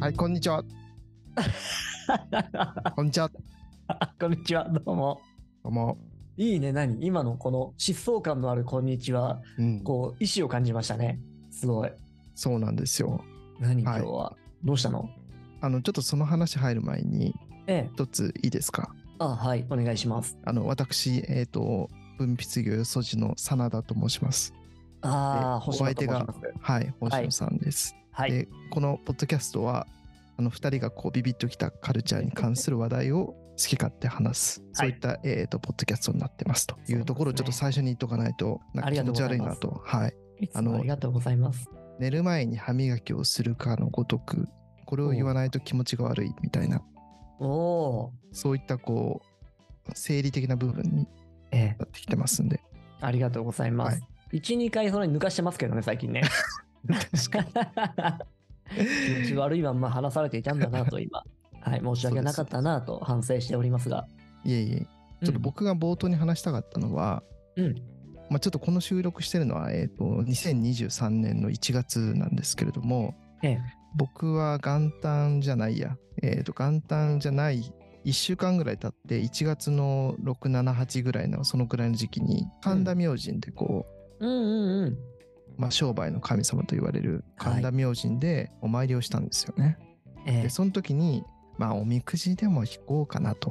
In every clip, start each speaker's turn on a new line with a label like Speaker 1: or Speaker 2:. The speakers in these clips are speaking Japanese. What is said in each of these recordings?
Speaker 1: はい、こんにちは。こんにちは。ど
Speaker 2: こんにちは、どうも。
Speaker 1: うも。
Speaker 2: いいね、何今のこの疾走感のあるこんにちは、
Speaker 1: うん、
Speaker 2: こう、意志を感じましたね。すごい。
Speaker 1: そうなんですよ。
Speaker 2: 何今
Speaker 1: はい
Speaker 2: 日は、どうしたの
Speaker 1: あの、ちょっとその話入る前に、
Speaker 2: ええ。
Speaker 1: 一ついいですか。
Speaker 2: あ、はい、お願いします。
Speaker 1: あの、私、えっ、と、文筆業予想時の真田と申します。
Speaker 2: ああ、
Speaker 1: で
Speaker 2: 星野と申し
Speaker 1: お
Speaker 2: ま
Speaker 1: 相
Speaker 2: す。
Speaker 1: はい、星野さんです。
Speaker 2: はい。
Speaker 1: で、このポッドキャストは、あの2人がこうビビッときたカルチャーに関する話題を好き勝手話す、そういった、えー、とポッドキャストになってますというところをちょっと最初に言っとかないとなんか気持ち悪いなとはい、
Speaker 2: いつも
Speaker 1: あの
Speaker 2: ありがとうございます。
Speaker 1: 寝る前に歯磨きをするかのごとくこれを言わないと気持ちが悪いみたいな
Speaker 2: おお
Speaker 1: そういったこう生理的な部分に
Speaker 2: ー、ええ、
Speaker 1: なってきてますんで
Speaker 2: ありがとうございます。一二回それ抜かしてますけどね、最近ね。 気持ち悪いまんま話されていたんだなと、今。はい、申し訳なかったなと反省しておりますが。
Speaker 1: いえいえちょっと僕が冒頭に話したかったのは、
Speaker 2: うん
Speaker 1: まあ、ちょっとこの収録してるのは、えー、と2023年の1月なんですけれども、
Speaker 2: ええ
Speaker 1: 僕は元旦じゃないや、えー、と元旦じゃない1週間ぐらい経って1月の678ぐらいのそのぐらいの時期に神田明神でこう、
Speaker 2: うんうんうん。
Speaker 1: まあ、商売の神様と言われる神田明神でお参りをしたんですよね。
Speaker 2: え
Speaker 1: でその時に、まあ、おみくじでも引こうかなと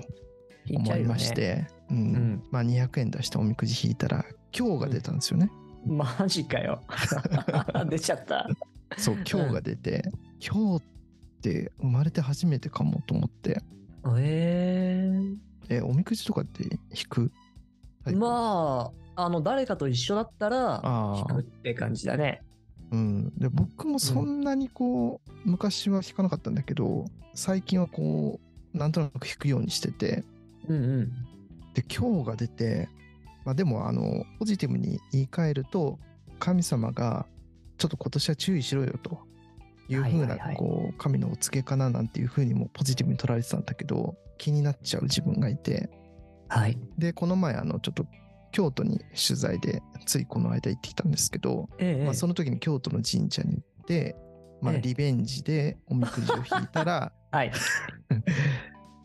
Speaker 2: え、
Speaker 1: 思いまし
Speaker 2: 引いち
Speaker 1: て、う
Speaker 2: ゃうんよね。
Speaker 1: まあ、200円出しておみくじ引いたら今日が出たんですよね。
Speaker 2: うん。マジか よ。出ちゃった。
Speaker 1: そう今日が出て、今日って生まれて初めてかもと思って
Speaker 2: え
Speaker 1: えおみくじとかって引く
Speaker 2: え
Speaker 1: タイプ
Speaker 2: まあ、あの、誰かと一緒だったら、
Speaker 1: あ
Speaker 2: 引
Speaker 1: あ
Speaker 2: くって感じだね。
Speaker 1: うん、で僕もそんなにこう、昔は引かなかったんだけど最近はこうなんとなく引くようにしてて
Speaker 2: うんうん。
Speaker 1: で今日が出て、まあ、でもあのポジティブに言い換えると神様がちょっと今年は注意しろよというふう
Speaker 2: はいはいは
Speaker 1: ないこう神のお告げかななんていうふうにもポジティブに捉えてたんだけど気になっちゃう自分がいて
Speaker 2: はい。
Speaker 1: でこの前あのちょっと京都に取材でついこの間行ってきたんですけど、
Speaker 2: ええ
Speaker 1: まあ、その時に京都の神社に行って、まあ、
Speaker 2: ええ
Speaker 1: リベンジでおみくじを引いた ら、
Speaker 2: はい。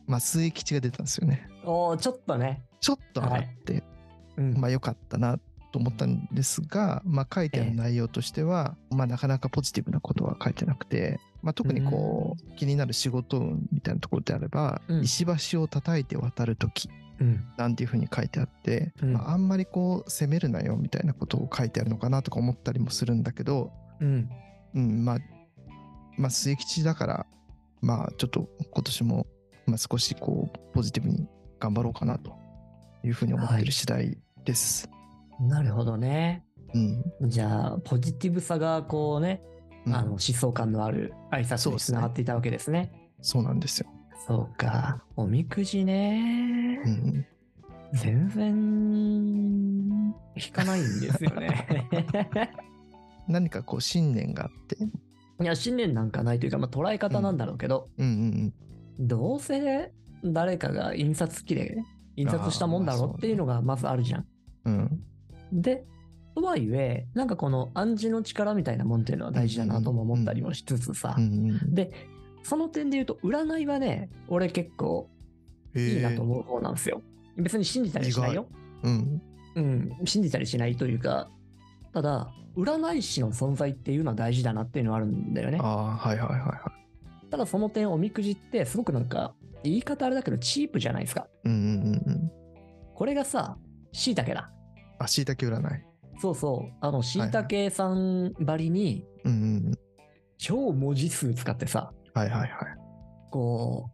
Speaker 1: まあ、末吉が出たんですよね。
Speaker 2: おおちょっとね。
Speaker 1: ちょっと上がって、
Speaker 2: うん。
Speaker 1: まあ良かったなと思ったんですが、まあ、書いてある内容としては、まあ、なかなかポジティブなことは書いてなくて、まあ、特にこう、気になる仕事運みたいなところであれば、
Speaker 2: うん
Speaker 1: 石橋を叩いて渡る時
Speaker 2: うん。
Speaker 1: なんていうふうに書いてあって、
Speaker 2: うん
Speaker 1: まあ、あんまりこう責めるなよみたいなことを書いてあるのかなとか思ったりもするんだけど、
Speaker 2: うん。
Speaker 1: うん、まあ、まあ、末吉だから、まあ、ちょっと今年も、まあ、少しこう、ポジティブに頑張ろうかなというふうに思っ
Speaker 2: は
Speaker 1: て
Speaker 2: い
Speaker 1: る次第です。
Speaker 2: なるほどね。
Speaker 1: うん。
Speaker 2: じゃあ、ポジティブさが、こうね、
Speaker 1: うん
Speaker 2: あの、、思想感のある挨拶
Speaker 1: そう
Speaker 2: に
Speaker 1: です
Speaker 2: つ
Speaker 1: ね
Speaker 2: ながっていたわけですね。
Speaker 1: そうなんですよ。
Speaker 2: そうか。おみくじね。
Speaker 1: うん。
Speaker 2: 全然、引かないんですよね。
Speaker 1: 何かこう、信念があって、
Speaker 2: いや、信念なんかないというか、まあ、捉え方なんだろうけど、
Speaker 1: うんうん
Speaker 2: どうせ誰かが印刷機で印刷したもんだ
Speaker 1: あーまあ
Speaker 2: ろ
Speaker 1: そう
Speaker 2: っていうのがまずあるじゃん。
Speaker 1: うん。うん。
Speaker 2: で、とはいえ、なんかこの暗示の力みたいなもんっていうのは大事だなとも思ったりもしつつさ
Speaker 1: う、んうん。
Speaker 2: で、その点で言うと、占いはね、俺結構いいなと
Speaker 1: う。
Speaker 2: 思う方なんですよ。別に信じたりしないよ。
Speaker 1: うん。
Speaker 2: うん、信じたりしないというか、ただ、占い師の存在っていうのは大事だなっていうのはあるんだよね。
Speaker 1: ああ、はいはいはいは
Speaker 2: ただその点、おみくじってすごくなんか、言い方あれだけどチープじゃないですか。
Speaker 1: い。うんうんうんうん。
Speaker 2: これがさ、椎茸だ。
Speaker 1: あ、しいたけ占い。
Speaker 2: そうそう、あの、椎茸さんばりに、
Speaker 1: うんうんうん。
Speaker 2: 超文字数使ってさ、
Speaker 1: はいはいはい。
Speaker 2: こ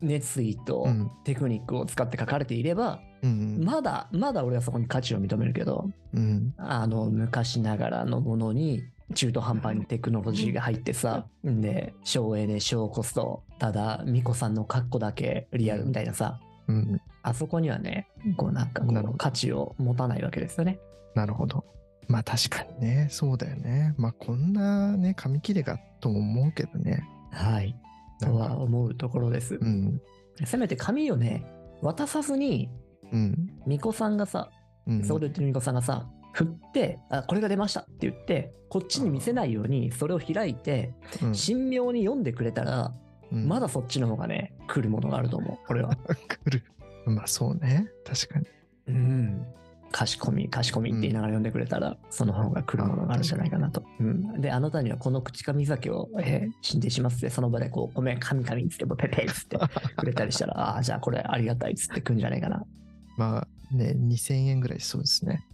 Speaker 2: う、熱意と
Speaker 1: うん。
Speaker 2: テクニックを使って書かれていれば、
Speaker 1: うんうん。
Speaker 2: まだ、まだ俺はそこに価値を認めるけど、
Speaker 1: うん。
Speaker 2: あの、昔ながらのものに、中途半端にテクノロジーが入ってさ、んで、省エネ、省コスト、ただ、ミコさんの格好だけリアルみたいなさ、
Speaker 1: うん。
Speaker 2: あそこにはね、こうなんかこ
Speaker 1: なるほ
Speaker 2: う
Speaker 1: ど
Speaker 2: 価値を持たないわけですよね。
Speaker 1: なるほど。まあ確かにね、そうだよね。まあこんなね、紙切れがとも思うけどね。
Speaker 2: はい。
Speaker 1: な
Speaker 2: と
Speaker 1: ん
Speaker 2: は
Speaker 1: か
Speaker 2: 思うところです。
Speaker 1: うん、
Speaker 2: せめて紙をね、渡さずに、
Speaker 1: うん、
Speaker 2: ミコさんがさ、
Speaker 1: うん。
Speaker 2: そこで言ってるミコさんがさ、振って、あ、これが出ましたって言って、こっちに見せないように、それを開いて、
Speaker 1: うん
Speaker 2: 神妙に読んでくれたら、
Speaker 1: うん
Speaker 2: まだそっちの方がね、来るものがあると思う、俺 は。
Speaker 1: 来る。まあそうね。確かに。
Speaker 2: うん。賢み、賢みって言いながら読んでくれたら、その方が来るものがあるんじゃないかなと。うん、で、あなたにはこの口紙酒を、えー、進呈しますで、その場でこう、ごめん、神々っつって、もうペペっつ ってくれたりしたら、ああー、じゃあこれありがたいっつって来るんじゃないかな。
Speaker 1: まあね、2000円ぐらいしそうですね。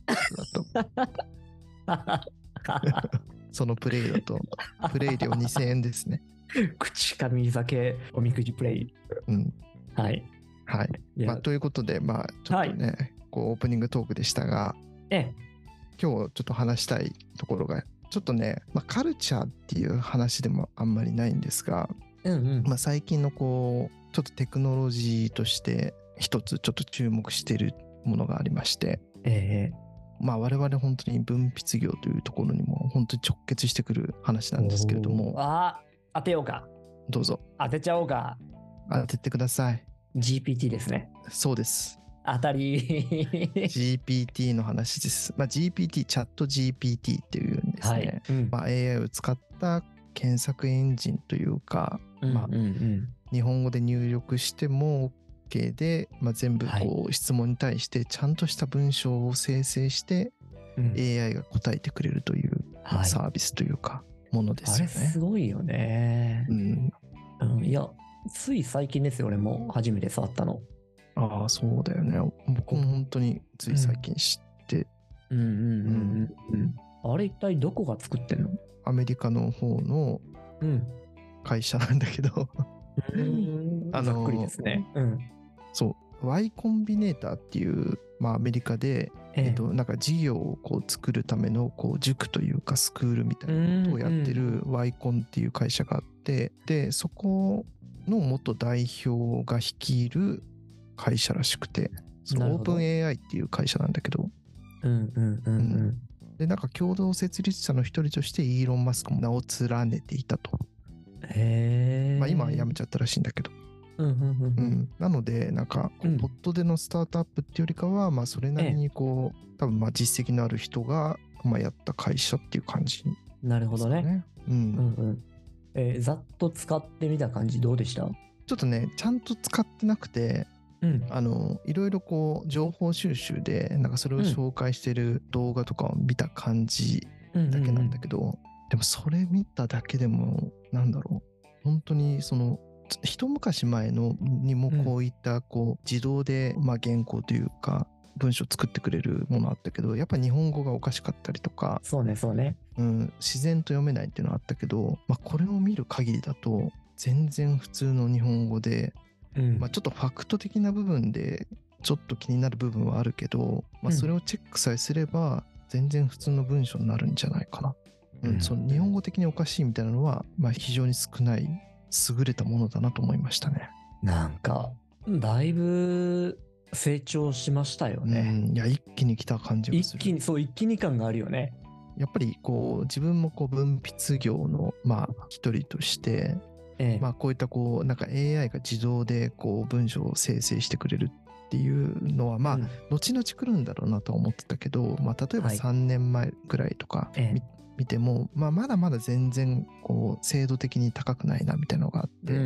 Speaker 1: だ とそのプレイだと、プレイ料2000円ですね。
Speaker 2: 口紙酒おみくじプレイ。
Speaker 1: うん。
Speaker 2: はい。
Speaker 1: はい。
Speaker 2: いや
Speaker 1: まあ、ということで、まあちょっとね、こうオープニングトークでしたが、
Speaker 2: え
Speaker 1: 今日ちょっと話したいところが、ちょっとね、まあ、カルチャーっていう話でもあんまりないんですが、
Speaker 2: え、うんうん。
Speaker 1: まあ、最近のこう、ちょっとテクノロジーとして一つちょっと注目しているものがありまして、
Speaker 2: ええ
Speaker 1: まあ我々本当に分泌業というところにも本当に直結してくる話なんですけれど
Speaker 2: おー
Speaker 1: も、
Speaker 2: ああ、当てようか。
Speaker 1: どうぞ
Speaker 2: 当てちゃおうか。
Speaker 1: 当ててください。
Speaker 2: GPT ですね。
Speaker 1: そうです。
Speaker 2: 当たり。
Speaker 1: GPT の話です。まあ、GPT、チャット GPT っていうんですね。
Speaker 2: はい。うん
Speaker 1: まあ、AI を使った検索エンジンというか、まあ
Speaker 2: うんうんうん
Speaker 1: 日本語で入力しても OK で、まあ、全部
Speaker 2: はい
Speaker 1: こう質問に対してちゃんとした文章を生成して
Speaker 2: うん。
Speaker 1: AI が答えてくれるというま
Speaker 2: は
Speaker 1: あ
Speaker 2: い
Speaker 1: サービスというかものです
Speaker 2: あ
Speaker 1: よ
Speaker 2: れ
Speaker 1: ね
Speaker 2: す。ごいよね
Speaker 1: う。ん、
Speaker 2: うん、いや、つい最近ですよ、俺も初めて触ったの。
Speaker 1: ああそうだよね。僕も本当につい最近知って、
Speaker 2: うんうんうんうんうん。あれ一体どこが作ってんの
Speaker 1: アメリカの方の
Speaker 2: うん。
Speaker 1: 会社なんだけどあの
Speaker 2: ざっくりですね。うん。
Speaker 1: そう Y コンビネーターっていう、まあ、アメリカで
Speaker 2: え
Speaker 1: えっと、なんか事業をこう作るためのこう塾というかスクールみたいなことをやって
Speaker 2: うん
Speaker 1: るワイコンっていう会社があってでそこの元代表が率いる会社らしくてそ
Speaker 2: なる
Speaker 1: のオ
Speaker 2: ほ
Speaker 1: ー
Speaker 2: ど
Speaker 1: プン AI っていう会社なんだけど
Speaker 2: うんうんうんうん。
Speaker 1: でなんか共同設立者の一人としてイーロン・マスクも名を連ねていたと、
Speaker 2: へえ。
Speaker 1: まあ、今はやめ
Speaker 2: ち
Speaker 1: ちゃったらしいんだけど、
Speaker 2: ゃうんうん
Speaker 1: う
Speaker 2: うん
Speaker 1: ん、なのでなんかこ
Speaker 2: うん
Speaker 1: うポットでのスタートアップっていうよりかはまあそれなりにこう多分まあ実績のある人がまあやった会社っていう感じ
Speaker 2: うん。なるほどね。
Speaker 1: う
Speaker 2: うんんうん。えーざっと使ってみた感じどうでし
Speaker 1: ち
Speaker 2: た
Speaker 1: ょっとねちゃんと使ってなくて
Speaker 2: うん。
Speaker 1: あのいろいろこう情報収集でなんかそれを
Speaker 2: うん
Speaker 1: 紹介してる動画とかを見た感じ
Speaker 2: うん
Speaker 1: だけなんだけ
Speaker 2: け
Speaker 1: ど、でもそれ見ただけでもなんだろう本当にそのちょ一昔前のにもこういったこう自動でまあ原稿というか文章作ってくれるものあったけどやっぱ日本語がおかしかったりとか、
Speaker 2: そうね、そうね。
Speaker 1: うん、自然と読めないっていうのはあったけど、まあ、これを見る限りだと全然普通の日本語で
Speaker 2: うん
Speaker 1: まあ、ちょっとファクト的な部分でちょっと気になる部分はあるけど、まあ、
Speaker 2: うん
Speaker 1: それをチェックさえすれば全然普通の文章になるんじゃないかな。うん
Speaker 2: うん
Speaker 1: その日本語的におかしいみたいなのは、まあ、非常に少ない優れたものだなと思いましたね。
Speaker 2: なんか、だいぶ成長しましたよね。
Speaker 1: うん、いや一気に来た感じがす
Speaker 2: 一
Speaker 1: る。
Speaker 2: 気に、そう、一気に感があるよね。
Speaker 1: やっぱりこう自分もこう分泌業の、まあ、一人として、
Speaker 2: ええ
Speaker 1: まあ、こういったこうなんか AI が自動でこう文章を生成してくれるっていうのはまあ、
Speaker 2: うん
Speaker 1: 後々来るんだろうなとは思ってたけど、まあ、例えば
Speaker 2: はい
Speaker 1: 3年前ぐらいとか見,、
Speaker 2: ええ
Speaker 1: 見ても、まあ、まだまだ全然こう精度的に高くないなみたいなのがあって、
Speaker 2: うんうんう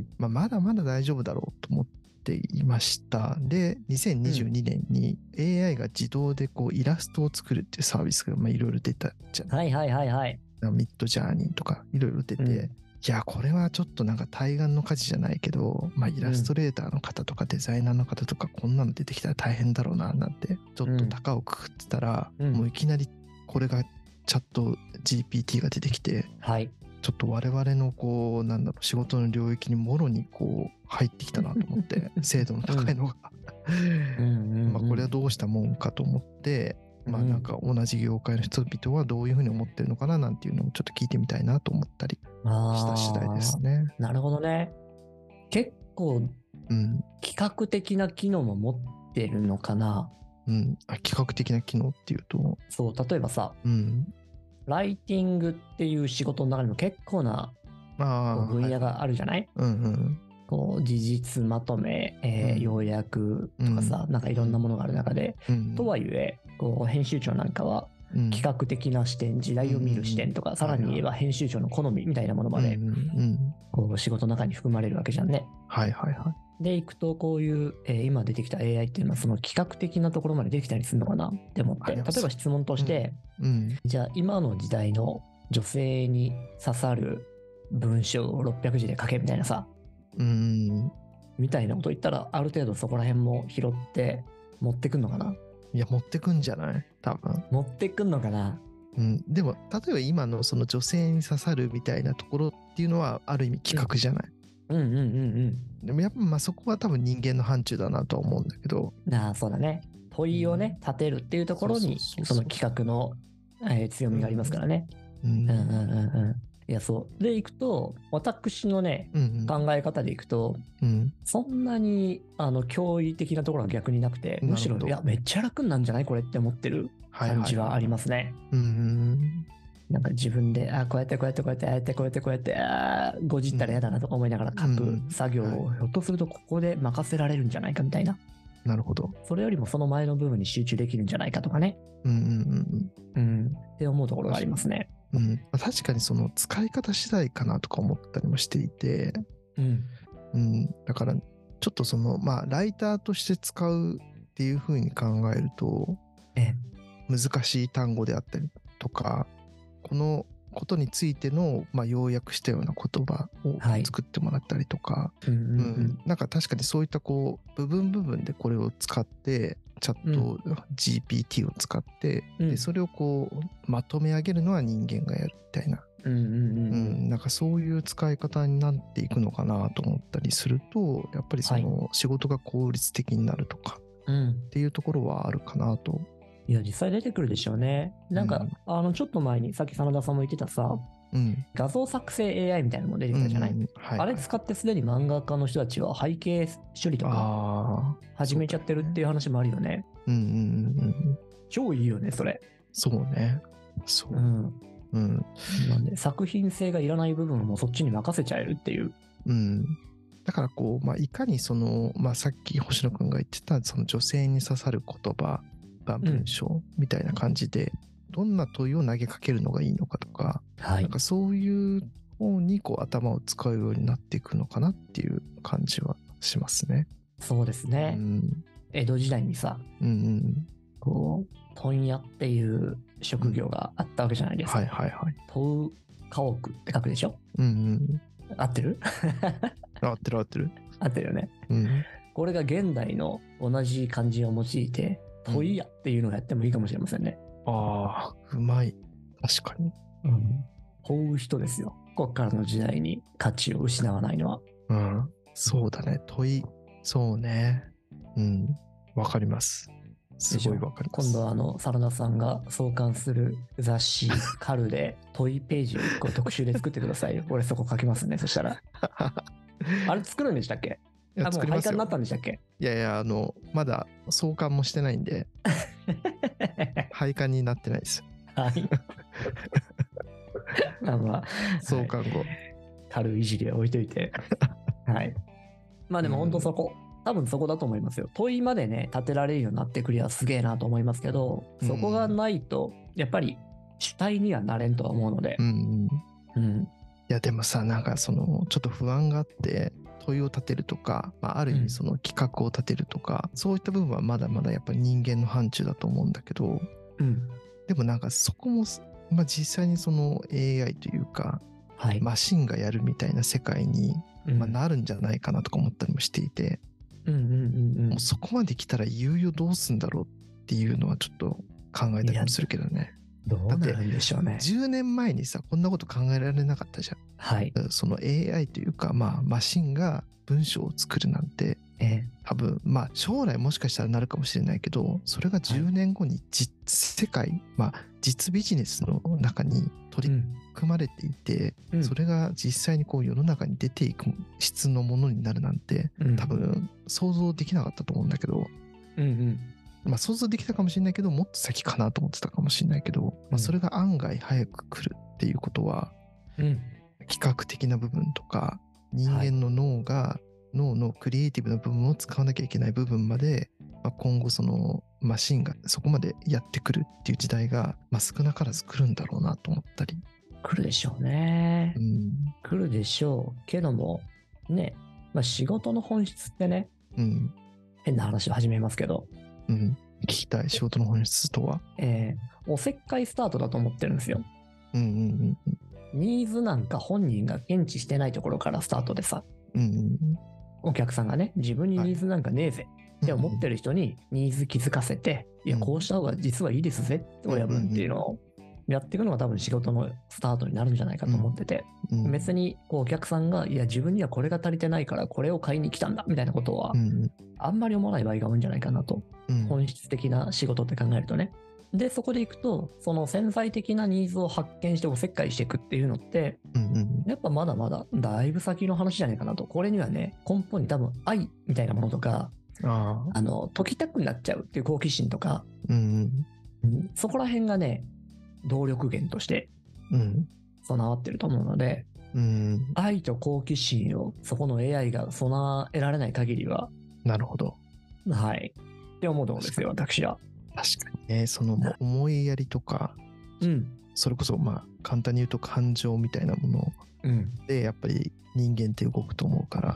Speaker 2: ん
Speaker 1: まあ、まだまだ大丈夫だろうと思っていましたで2022年に AI が自動でこうイラストを作るっていうサービスがまあいろいろ出たじゃ
Speaker 2: うん。はいはいはいはい。
Speaker 1: んミッドジャーニーとかいろいろ出て、
Speaker 2: うん
Speaker 1: いやこれはちょっとなんか対岸の火事じゃないけど、まあ、イラストレーターの方とかデザイナーの方とかこんなの出てきたら大変だろうななんてちょっと高をくくってたら、
Speaker 2: うん
Speaker 1: もういきなりこれがチャット GPT が出てきて
Speaker 2: はい。
Speaker 1: ちょっと我々のこうなんだろう仕事の領域にもろにこう入ってきたなと思って 精度の高いのが、まあこれはどうしたもんかと思って、まあなんか同じ業界の人々はどういうふうに思ってるのかななんていうのをちょっと聞いてみたいなと思ったりし
Speaker 2: した
Speaker 1: 次第ですね。
Speaker 2: なるほどね。結構、
Speaker 1: うん
Speaker 2: 企画的な機能も持ってるのかな。
Speaker 1: うん、あ企画的な機能っていうと、
Speaker 2: そう、例えばさ、
Speaker 1: うん、
Speaker 2: ライティングっていう仕事の中にも結構なこ
Speaker 1: ま
Speaker 2: う
Speaker 1: あ、
Speaker 2: 分
Speaker 1: は
Speaker 2: 野
Speaker 1: い
Speaker 2: があるじゃない、
Speaker 1: うんうん
Speaker 2: こう事実まとめ、えー
Speaker 1: うん
Speaker 2: 要約とかさ、なんかいろんなものがある中で、
Speaker 1: うん、
Speaker 2: とはいえこう編集長なんかは
Speaker 1: うん
Speaker 2: 企画的な視点、時代を見る視点とか、さらに言えば編集長の好みみたいなものまで
Speaker 1: うん、うん
Speaker 2: こう仕事の中に含まれるわけじゃんね。
Speaker 1: はいはいはい。
Speaker 2: で、いくと、こういう、えー今出てきた AI っていうのは、その企画的なところまでできたりするのかなって思っ
Speaker 1: あ
Speaker 2: て、
Speaker 1: り
Speaker 2: 例え
Speaker 1: ます
Speaker 2: ば質問として、
Speaker 1: うん。
Speaker 2: じゃあ今の時代の女性に刺さる文章を600字で書けみたいなさ、
Speaker 1: うん。
Speaker 2: みたいなこと言ったら、ある程度そこら辺も拾って持ってくんのかない
Speaker 1: や、持ってくんじゃない多分。
Speaker 2: 持ってくんのかな
Speaker 1: うん。でも、例えば今のその女性に刺さるみたいなところっていうのは、ある意味企画じゃない。
Speaker 2: うんうんうん
Speaker 1: でもやっぱまあそこは多分人間の範疇だなとは思うんだけど、
Speaker 2: うん。ああ、そうだね。問いをね、立てるっていうところに、
Speaker 1: そうそう
Speaker 2: そ
Speaker 1: そうそう
Speaker 2: の企画の、えー強みがありますからね。
Speaker 1: うん
Speaker 2: うんうんうんうん。いや、そう。で、いくと、私のね、
Speaker 1: うん
Speaker 2: 考え方でいくと、
Speaker 1: うん
Speaker 2: そんなにあの驚異的なところは逆になくて、むしろ
Speaker 1: なるほ、ど
Speaker 2: いや、めっちゃ楽なんじゃないこれって思ってる
Speaker 1: はい
Speaker 2: 感
Speaker 1: はい
Speaker 2: じはありますね。
Speaker 1: うん
Speaker 2: なんか自分で、あ、こうやってこうやってこうやって、ああやってこうやってこうやって、あーごじったら嫌だなとか思いながら書
Speaker 1: う
Speaker 2: く
Speaker 1: ん
Speaker 2: 作業を、ひょっとするとここで任せられるんじゃないかみたいな。
Speaker 1: なるほど。
Speaker 2: それよりもその前の部分に集中できるんじゃないかとかね。
Speaker 1: うんうん
Speaker 2: うん。って思うところがありますね。
Speaker 1: うんうん、まあ確かにその使い方次第かなとか思ったりもしていて、
Speaker 2: うん。
Speaker 1: うん、だからちょっとそのまあライターとして使うっていうふうに考えると
Speaker 2: え
Speaker 1: 難しい単語であったりとかこのことについての、まあ、要約したような言葉を
Speaker 2: はい
Speaker 1: 作ってもらったりとか、
Speaker 2: うんうん
Speaker 1: うん、なんか確かにそういったこう部分部分でこれを使ってチャット GPT を使って、
Speaker 2: うん。
Speaker 1: でそれをこうまとめ上げるのは人間がやるみたいな、
Speaker 2: うんうん
Speaker 1: う
Speaker 2: う
Speaker 1: ん
Speaker 2: んうん。
Speaker 1: なんかそういう使い方になっていくのかなと思ったりするとやっぱりその仕事が効率的になるとか
Speaker 2: うん。
Speaker 1: っていうところはあるかなと。
Speaker 2: いや、実際出てくるでしょうね。なんか、
Speaker 1: うん
Speaker 2: あの、ちょっと前に、さっき真田さんも言ってたさ、
Speaker 1: うん、
Speaker 2: 画像作成 AI みたいなのも出てきたじゃない、
Speaker 1: うんはい、
Speaker 2: あれ使ってすでに漫画家の人たちは背景処理とか
Speaker 1: ああ
Speaker 2: 始めちゃってるっていう話もあるよね。
Speaker 1: うんうんうんうん
Speaker 2: 超いいよね、それ。
Speaker 1: そうねそうう、
Speaker 2: ん。
Speaker 1: うん
Speaker 2: なんで、作品性がいらない部分もそっちに任せちゃえるっていう。
Speaker 1: うん、だからこう、まあ、いかにその、まあ、さっき星野くんが言ってたその女性に刺さる言葉が文章みたいな感じで、どんな問いを投げかけるのがいいのかとか
Speaker 2: は
Speaker 1: なん。かそういう方にこう頭を使うようになっていくのかなっていう感じはしますね。
Speaker 2: そうです
Speaker 1: う
Speaker 2: ね。
Speaker 1: ん
Speaker 2: 江戸時代にさ、
Speaker 1: うんうん、
Speaker 2: こう、問屋っていう職業があったわけじゃないですか。
Speaker 1: はいはいはい。
Speaker 2: 問う家屋って書くでしょ
Speaker 1: うん
Speaker 2: 合ってる
Speaker 1: うん、合ってる合ってる。
Speaker 2: 合ってるよね。
Speaker 1: うん、
Speaker 2: これが現代の同じ漢字を用いて、
Speaker 1: うん
Speaker 2: 問いやっていうのをやってもいいかもしれませんね。
Speaker 1: ああうまい確かに。
Speaker 2: うん。問う人ですよ。こっからの時代に価値を失わないのは。
Speaker 1: うん、そうだね問いそうねうんわかりますすごいわかりま
Speaker 2: 今
Speaker 1: す
Speaker 2: 度はあの、サラダさんが創刊する雑誌、カルで問いページを一個特集で作ってく ださいよ。俺そこ書きますね、そしたら。あれ作るんでしたっけ
Speaker 1: いや
Speaker 2: あ、もう
Speaker 1: 作り
Speaker 2: 廃
Speaker 1: ます
Speaker 2: 刊にな
Speaker 1: よ
Speaker 2: ったんでしたっけ
Speaker 1: いやいやあのまだ創刊もしてないんで廃刊になってないです
Speaker 2: はい。 まあまあ、
Speaker 1: 創刊後、
Speaker 2: 軽いじりは置いと いて。はい。まあでも本当そこ、多分そこだと思いますよ。問いまでね、立てられるようになってくりゃすげえなと思いますけど、そこがないと、やっぱり主体にはなれんとは思うので
Speaker 1: う、ん、い
Speaker 2: うん。
Speaker 1: やでもさなんかそのちょっと不安があって問いを立てるとか、まあ、ある意
Speaker 2: うん
Speaker 1: 味その企画を立てるとか、そういった部分はまだまだやっぱり人間の範疇だと思うんだけど
Speaker 2: うん。
Speaker 1: でもなんかそこも、まあ、実際にその AI というか
Speaker 2: はい。
Speaker 1: マシンがやるみたいな世界に、
Speaker 2: うん
Speaker 1: まあ、なるんじゃないかなとか思ったりもしていて、
Speaker 2: うんうんうん
Speaker 1: もうそこまで来たらいよいよどうすんだろうっていうのはちょっと考えたりもするけどね
Speaker 2: うん。どうなるんでしょうね。
Speaker 1: 10年前にさこんなこと考えられなかったじゃ
Speaker 2: はい。
Speaker 1: んその AI というかまあマシンが文章を作るなんて
Speaker 2: え
Speaker 1: 多分まあ将来もしかしたらなるかもしれないけどそれが10年後に実世界まあ実ビジネスの中に
Speaker 2: え
Speaker 1: 取り組まれていて、
Speaker 2: うん
Speaker 1: それが実際にこう世の中に出ていく質のものになるなんて
Speaker 2: うん
Speaker 1: 多分想像できなかったと思うんだけど、
Speaker 2: うんうん。
Speaker 1: まあ、想像できたかもしれないけどもっと先かなと思ってたかもしれないけど、
Speaker 2: う
Speaker 1: ま
Speaker 2: ん
Speaker 1: あ、それが案外早く来るっていうことは
Speaker 2: うん。
Speaker 1: 企画的な部分とか人間の脳が脳のクリエイティブな部分を使わなきゃいけない部分まで、ままあ、今後そのマシンがそこまでやってくるっていう時代が、まあ、少なからず来るんだろうなと思ったり、
Speaker 2: 来るでしょうね
Speaker 1: う。ん
Speaker 2: 来るでしょうけども、ね、まあ、仕事の本質ってね、
Speaker 1: うん
Speaker 2: 変な話を始めますけど、
Speaker 1: うん、聞きたい仕事の本質とは。
Speaker 2: えーおせっかいスタートだと思ってるんですよ。
Speaker 1: うんうん
Speaker 2: ニーズなんか本人が検知してないところからスタートでさ、
Speaker 1: うんうんうん
Speaker 2: お客さんがね、自分にニーズなんかねえぜって思ってる人にニーズ気づかせて、いや、
Speaker 1: うん
Speaker 2: こうした方が実はいいですぜ、親分っていうのをやっていくのが多分仕事のスタートになるんじゃないかと思ってて、
Speaker 1: うんうん
Speaker 2: 別にこうお客さんが、いや、自分にはこれが足りてないからこれを買いに来たんだみたいなことは
Speaker 1: う、ん
Speaker 2: あんまり思わない場合が多いんじゃないかなと。
Speaker 1: うん
Speaker 2: 本質的な仕事って考えるとね。で、そこでいくと、その潜在的なニーズを発見しておせっかいしていくっていうのって、
Speaker 1: うんうん
Speaker 2: やっぱまだまだだいぶ先の話じゃないかなと。これにはね、根本に多分愛みたいなものとか、
Speaker 1: ああ
Speaker 2: あの、解きたくなっちゃうっていう好奇心とか、
Speaker 1: うん
Speaker 2: うんそこら辺がね、動力源として
Speaker 1: うん
Speaker 2: 備わってると思うので、
Speaker 1: うん
Speaker 2: 愛と好奇心をそこの AI が備えられない限りは、
Speaker 1: なるほど
Speaker 2: はい。って思うところですよ、私は。
Speaker 1: 確かにねその思いやりとか
Speaker 2: うん。
Speaker 1: それこそまあ簡単に言うと感情みたいなもの
Speaker 2: うん。
Speaker 1: でやっぱり人間って動くと思うから、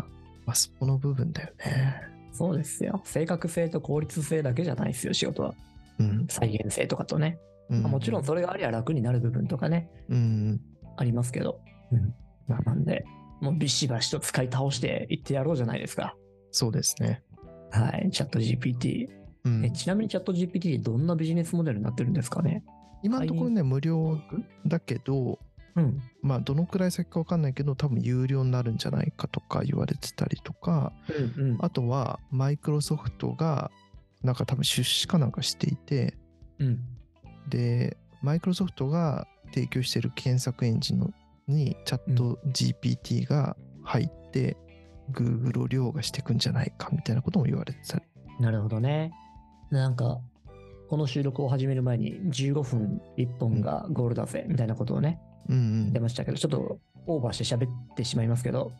Speaker 1: まあ、そこの部分だよね
Speaker 2: そうですよ。正確性と効率性だけじゃないですよ、仕事は。
Speaker 1: うん、
Speaker 2: 再現性とかとね。
Speaker 1: うん
Speaker 2: まあもちろんそれがありゃ楽になる部分とかね、
Speaker 1: うん
Speaker 2: ありますけど。まあなんで、もうビシバシと使い倒していってやろうじゃないですか。
Speaker 1: そうですね
Speaker 2: はい、チャット GPT。
Speaker 1: うん
Speaker 2: えちなみにチャット GPT どんなビジネスモデルになってるんですかね
Speaker 1: 今のところね無料だけど
Speaker 2: うん。
Speaker 1: まあどのくらい先か分かんないけど多分有料になるんじゃないかとか言われてたりとか
Speaker 2: うんうん。
Speaker 1: あとはマイクロソフトがなんか多分出資かなんかしていて
Speaker 2: うん。
Speaker 1: でマイクロソフトが提供している検索エンジンのにチャット GPT が入って、Google を凌駕していくんじゃないかみたいなことも言われてたり
Speaker 2: なるほどね。なんか、この収録を始める前に15分1本がゴールだぜ、みたいなことをね、
Speaker 1: うん
Speaker 2: 出
Speaker 1: うん
Speaker 2: ましたけど、ちょっとオーバーして喋ってしまいますけど、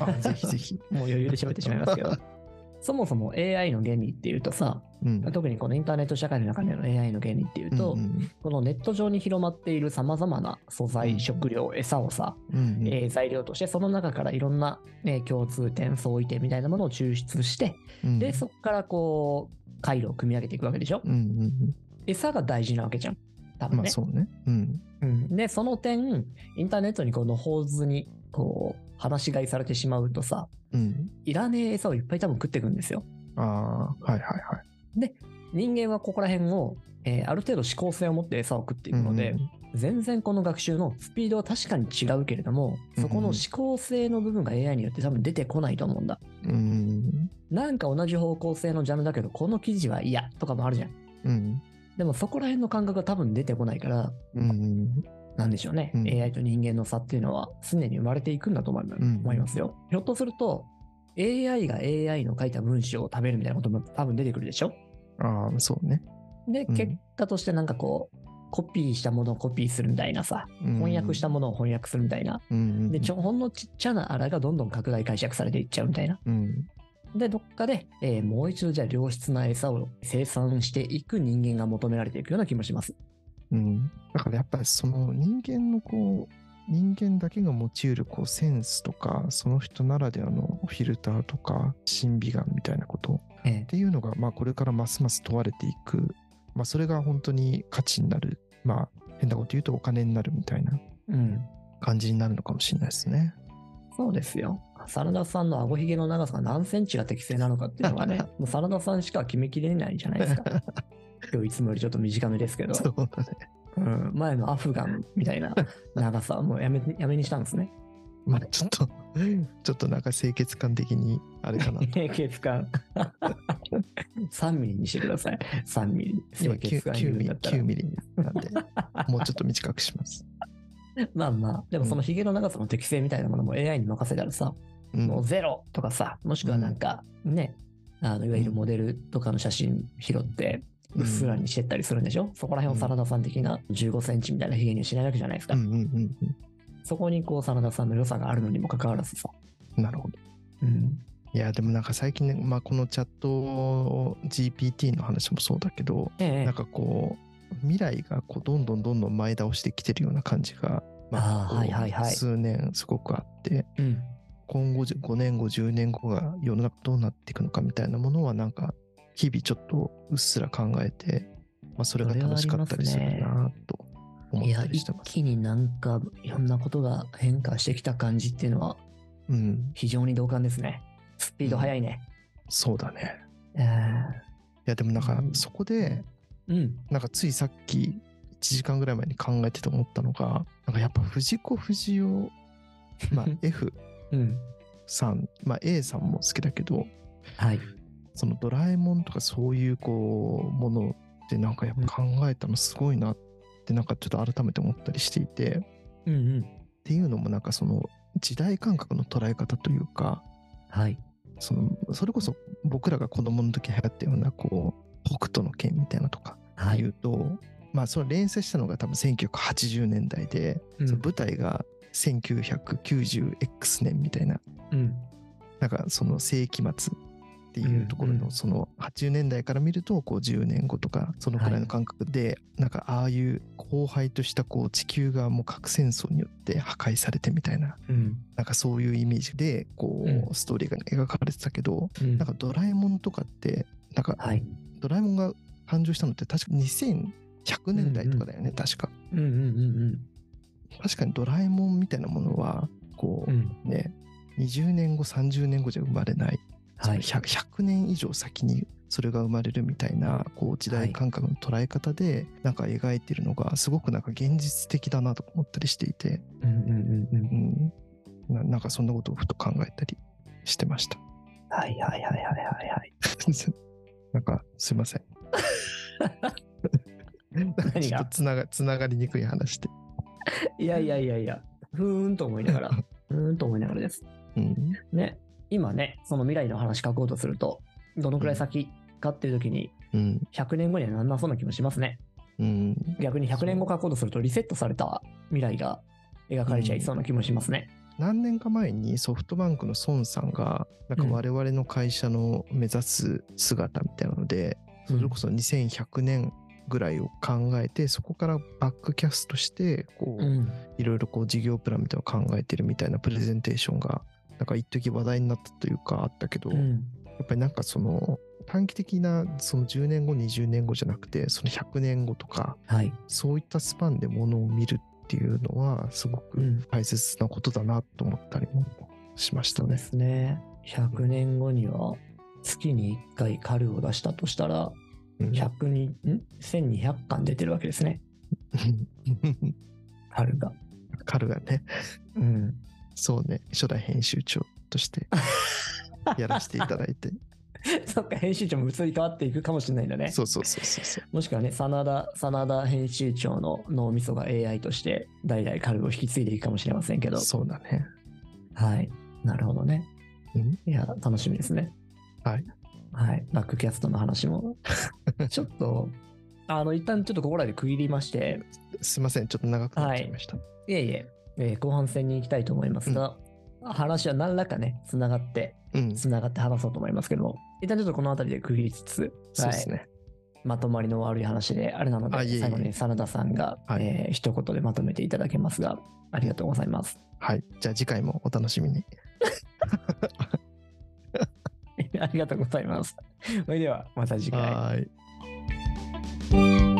Speaker 1: あぜひぜひ
Speaker 2: もう余裕で喋ってしまいますけど、 そもそも AI の原理っていう とさ、
Speaker 1: うん
Speaker 2: 特にこのインターネット社会の中での AI の原理っていうと、
Speaker 1: うん
Speaker 2: このネット上に広まっているさまざまな素材、
Speaker 1: うん
Speaker 2: 食料、餌をさ、
Speaker 1: うんうん
Speaker 2: えー材料として、その中からいろんな、えー共通点、相違点みたいなものを抽出して、
Speaker 1: うん
Speaker 2: で、そこからこう、回路を組み上げていくわけでしょ。
Speaker 1: うんうんうん
Speaker 2: 餌が大事なわけじゃん。多分
Speaker 1: まあ
Speaker 2: ね。
Speaker 1: そうねうん
Speaker 2: うんで、その点、インターネットにこの構図に、こう、話し飼いされてしまうとさ、
Speaker 1: うん
Speaker 2: いらねえ餌をいっぱい多分食っていくんですよ。
Speaker 1: ああーはいはいはい
Speaker 2: 人間はここら辺を、えーある程度指向性を持って餌を食っていくので、
Speaker 1: うん
Speaker 2: 全然この学習のスピードは確かに違うけれども、そこの指向性の部分が AI によって多分出てこないと思うんだ。
Speaker 1: うん
Speaker 2: なんか同じ方向性のジャンルだけど、この記事は嫌とかもあるじゃん。
Speaker 1: うん
Speaker 2: でもそこら辺の感覚が多分出てこないから、
Speaker 1: うん
Speaker 2: なんでしょうね、
Speaker 1: うん
Speaker 2: AI と人間の差っていうのは常に生まれていくんだと思いま
Speaker 1: うん
Speaker 2: 思いますよ。ひょっとすると、AI が AI の書いた文章を食べるみたいなことも多分出てくるでしょ
Speaker 1: ああそうね
Speaker 2: で、
Speaker 1: うん
Speaker 2: 結果としてなんかこう、コピーしたものをコピーするみたいなさ、翻訳したものを翻訳するみたいな。
Speaker 1: うん
Speaker 2: で、ちょ、ほんのちっちゃなあらがどんどん拡大解釈されていっちゃうみたいな。
Speaker 1: うん
Speaker 2: で、どっかで、えーもう一度じゃあ良質な餌を生産していく人間が求められていくような気もします。
Speaker 1: うん、だからやっぱりその人間のこう人間だけが持ち得るこうセンスとかその人ならではのフィルターとか審美眼みたいなことっ
Speaker 2: え
Speaker 1: ていうのがまあこれからますます問われていく、まあ、それが本当に価値になるまあ変なこと言うとお金になるみたいな
Speaker 2: えうん。
Speaker 1: 感じになるのかもしれないですね。
Speaker 2: そうですよ。真田さんの顎ひげの長さが何センチが適正なのかっていうの がね、もう真田さんしか決めきれないじゃないですか。今日いつもよりちょっと短めですけど、
Speaker 1: そうだね。
Speaker 2: うん、前のアフガンみたいな長さはもうやめやめにしたんですね。
Speaker 1: まあちょっとちょっとなんか清潔感的にあれかなと。
Speaker 2: 清潔感。3ミリにしてください。3ミリ。
Speaker 1: 今
Speaker 2: 清潔
Speaker 1: 9,
Speaker 2: 感言うん
Speaker 1: ミリ
Speaker 2: だったら
Speaker 1: 9。ミリなんでもうちょっと短くします。
Speaker 2: まあまあ、でもそのヒゲの長さの適性みたいなものも AI に任せたらさ、
Speaker 1: うん
Speaker 2: もうゼロとかさ、もしくはなんかね、あのいわゆるモデルとかの写真拾って、うっすらにしてったりするんでしょ、そこら辺を真田さん的な15センチみたいなヒゲにはしないわけじゃないですか。
Speaker 1: うんうんうん
Speaker 2: そこにこう真田さんの良さがあるのにもかかわらずさ、
Speaker 1: うん。なるほど。
Speaker 2: うん、
Speaker 1: いや、でもなんか最近ね、まあ、このチャット GPT の話もそうだけど、
Speaker 2: え
Speaker 1: なんかこう、未来がこうどんどんどんどん前倒してきてるような感じが、ま
Speaker 2: あー
Speaker 1: こう
Speaker 2: はいはいはい
Speaker 1: 数年すごくあって、
Speaker 2: えうん。
Speaker 1: 今後5年後、10年後が世の中どうなっていくのかみたいなものは、なんか日々ちょっとうっすら考えて、まあ、それが楽しかったりするなと思
Speaker 2: い
Speaker 1: った
Speaker 2: や、
Speaker 1: りし
Speaker 2: 一
Speaker 1: てます。
Speaker 2: 気になんかいろんなことが変化してきた感じっていうのは
Speaker 1: うん、
Speaker 2: 非常に同感ですね。スピード速いね。
Speaker 1: そうだね。
Speaker 2: え
Speaker 1: いや、でもなんか
Speaker 2: うん
Speaker 1: そこで、
Speaker 2: ーうん。
Speaker 1: なんかついさっき1時間ぐらい前に考えてて思ったのが、なんかやっぱ藤子不二雄、まあ F
Speaker 2: うん。
Speaker 1: さん、まあ A さんも好きだけど、
Speaker 2: はい。
Speaker 1: そのドラえもんとかそういうこうものってなんかやっぱ考えたのすごいなってなんかちょっと改めて思ったりしていて、っ
Speaker 2: うんうん。
Speaker 1: ていうのもなんかその時代感覚の捉え方というか、
Speaker 2: はい。
Speaker 1: そのそれこそ僕らが子供の時流行ったようなこう北斗の拳みたいなとか
Speaker 2: は
Speaker 1: 言
Speaker 2: い。
Speaker 1: うと、まあその連載したのが多分1980年代で、
Speaker 2: うん
Speaker 1: その舞台が 1990X 年みたいな
Speaker 2: うん。
Speaker 1: なんかその世紀末っていうところ
Speaker 2: うんう
Speaker 1: の
Speaker 2: ん
Speaker 1: その80年代から見るとこう10年後とかそのくらいの感覚でなんかああいう荒廃としたこう地球がもう核戦争によって破壊されてみたいな
Speaker 2: うん。
Speaker 1: なんかそういうイメージでこ
Speaker 2: う
Speaker 1: うストーリーが描かれてたけど
Speaker 2: うん
Speaker 1: なんかドラえもんとかってなんか
Speaker 2: はい。
Speaker 1: ドラえもんが誕生したのって確か2100年代とかだよね確か
Speaker 2: うんうんうん
Speaker 1: 確かにドラえもんみたいなものはこ
Speaker 2: うん。うん。
Speaker 1: うね20年後30年後じゃ生まれない
Speaker 2: はい。
Speaker 1: 100, 100年以上先にそれが生まれるみたいなこう時代感覚の捉え方でなんか描いてるのがすごくなんか現実的だなと思ったりしていて、
Speaker 2: うんうんうんうん
Speaker 1: う。ん、ななんかそんなことをふと考えたりしてました。
Speaker 2: はいはいはいはいはいはい。
Speaker 1: なんかすいません。
Speaker 2: が
Speaker 1: ちょっとつながつながりにくい話で。
Speaker 2: いやいやいやいや、ふーんと思い ながら、ふーんと思いながらです。
Speaker 1: うん、
Speaker 2: ね、今ね、その未来の話書こうとすると、どのくらい先かっていう時に、
Speaker 1: うん、
Speaker 2: 100年後にはなんなそうな気もしますね。
Speaker 1: うん、
Speaker 2: 逆に100年後書こうとすると、リセットされた未来が描かれちゃいそうな気もしますね。
Speaker 1: 何年か前にソフトバンクの孫さんがなんか
Speaker 2: うん
Speaker 1: 我々の会社の目指す姿みたいなので、
Speaker 2: うん
Speaker 1: それこそ2100年ぐらいを考えてそこからバックキャストしてこう、
Speaker 2: うん。
Speaker 1: いろいろこう事業プランみたいなのを考えてるみたいなプレゼンテーションがなんか一時話題になったというかあったけど、
Speaker 2: う
Speaker 1: や
Speaker 2: ん。
Speaker 1: っぱりなんかその短期的なその10年後20年後じゃなくてその100年後とか
Speaker 2: はい。
Speaker 1: そういったスパンでものを見るっていうのはすごく
Speaker 2: うん
Speaker 1: 大切なことだなと思ったりもしました
Speaker 2: そうで
Speaker 1: ね。
Speaker 2: すね。100年後には、月に1回カルを出したとしたら、
Speaker 1: うん
Speaker 2: 100に、ん ?1200 巻出てるわけですね。カルが。
Speaker 1: カルがね、
Speaker 2: うん。
Speaker 1: そうね、初代編集長として やらせていただいて。
Speaker 2: そっか、編集長も移り変わっていくかもしれないんだね。
Speaker 1: そうそうそうそうそう。
Speaker 2: もしくはね、真田、真田編集長の脳みそが AI として、代々カルを引き継いでいくかもしれませんけど。
Speaker 1: そうだね。
Speaker 2: はい。なるほどね。
Speaker 1: うん
Speaker 2: いや、楽しみですね。
Speaker 1: はい。
Speaker 2: はい。バックキャストの話 も。ちょっと、あの、一旦ちょっとここらで区切りまして、
Speaker 1: すいません、ちょっと長くなっちゃいました。
Speaker 2: いえいえ、えー後半戦に行きたいと思いますが、話は何らかね、つながって、
Speaker 1: うん、
Speaker 2: つながって話そうと思いますけども、一旦ちょっとこの辺りで区切りつつ、
Speaker 1: そうですね。
Speaker 2: まとまりの悪い話で、あれなの
Speaker 1: あいえい
Speaker 2: で、
Speaker 1: え
Speaker 2: 最後に真田さんが、
Speaker 1: はい
Speaker 2: えー一言でまとめていただけますが、ありがとうございます。
Speaker 1: はい。じゃあ次回もお楽しみに。
Speaker 2: ありがとうございます。それでは、また次回。
Speaker 1: はーい。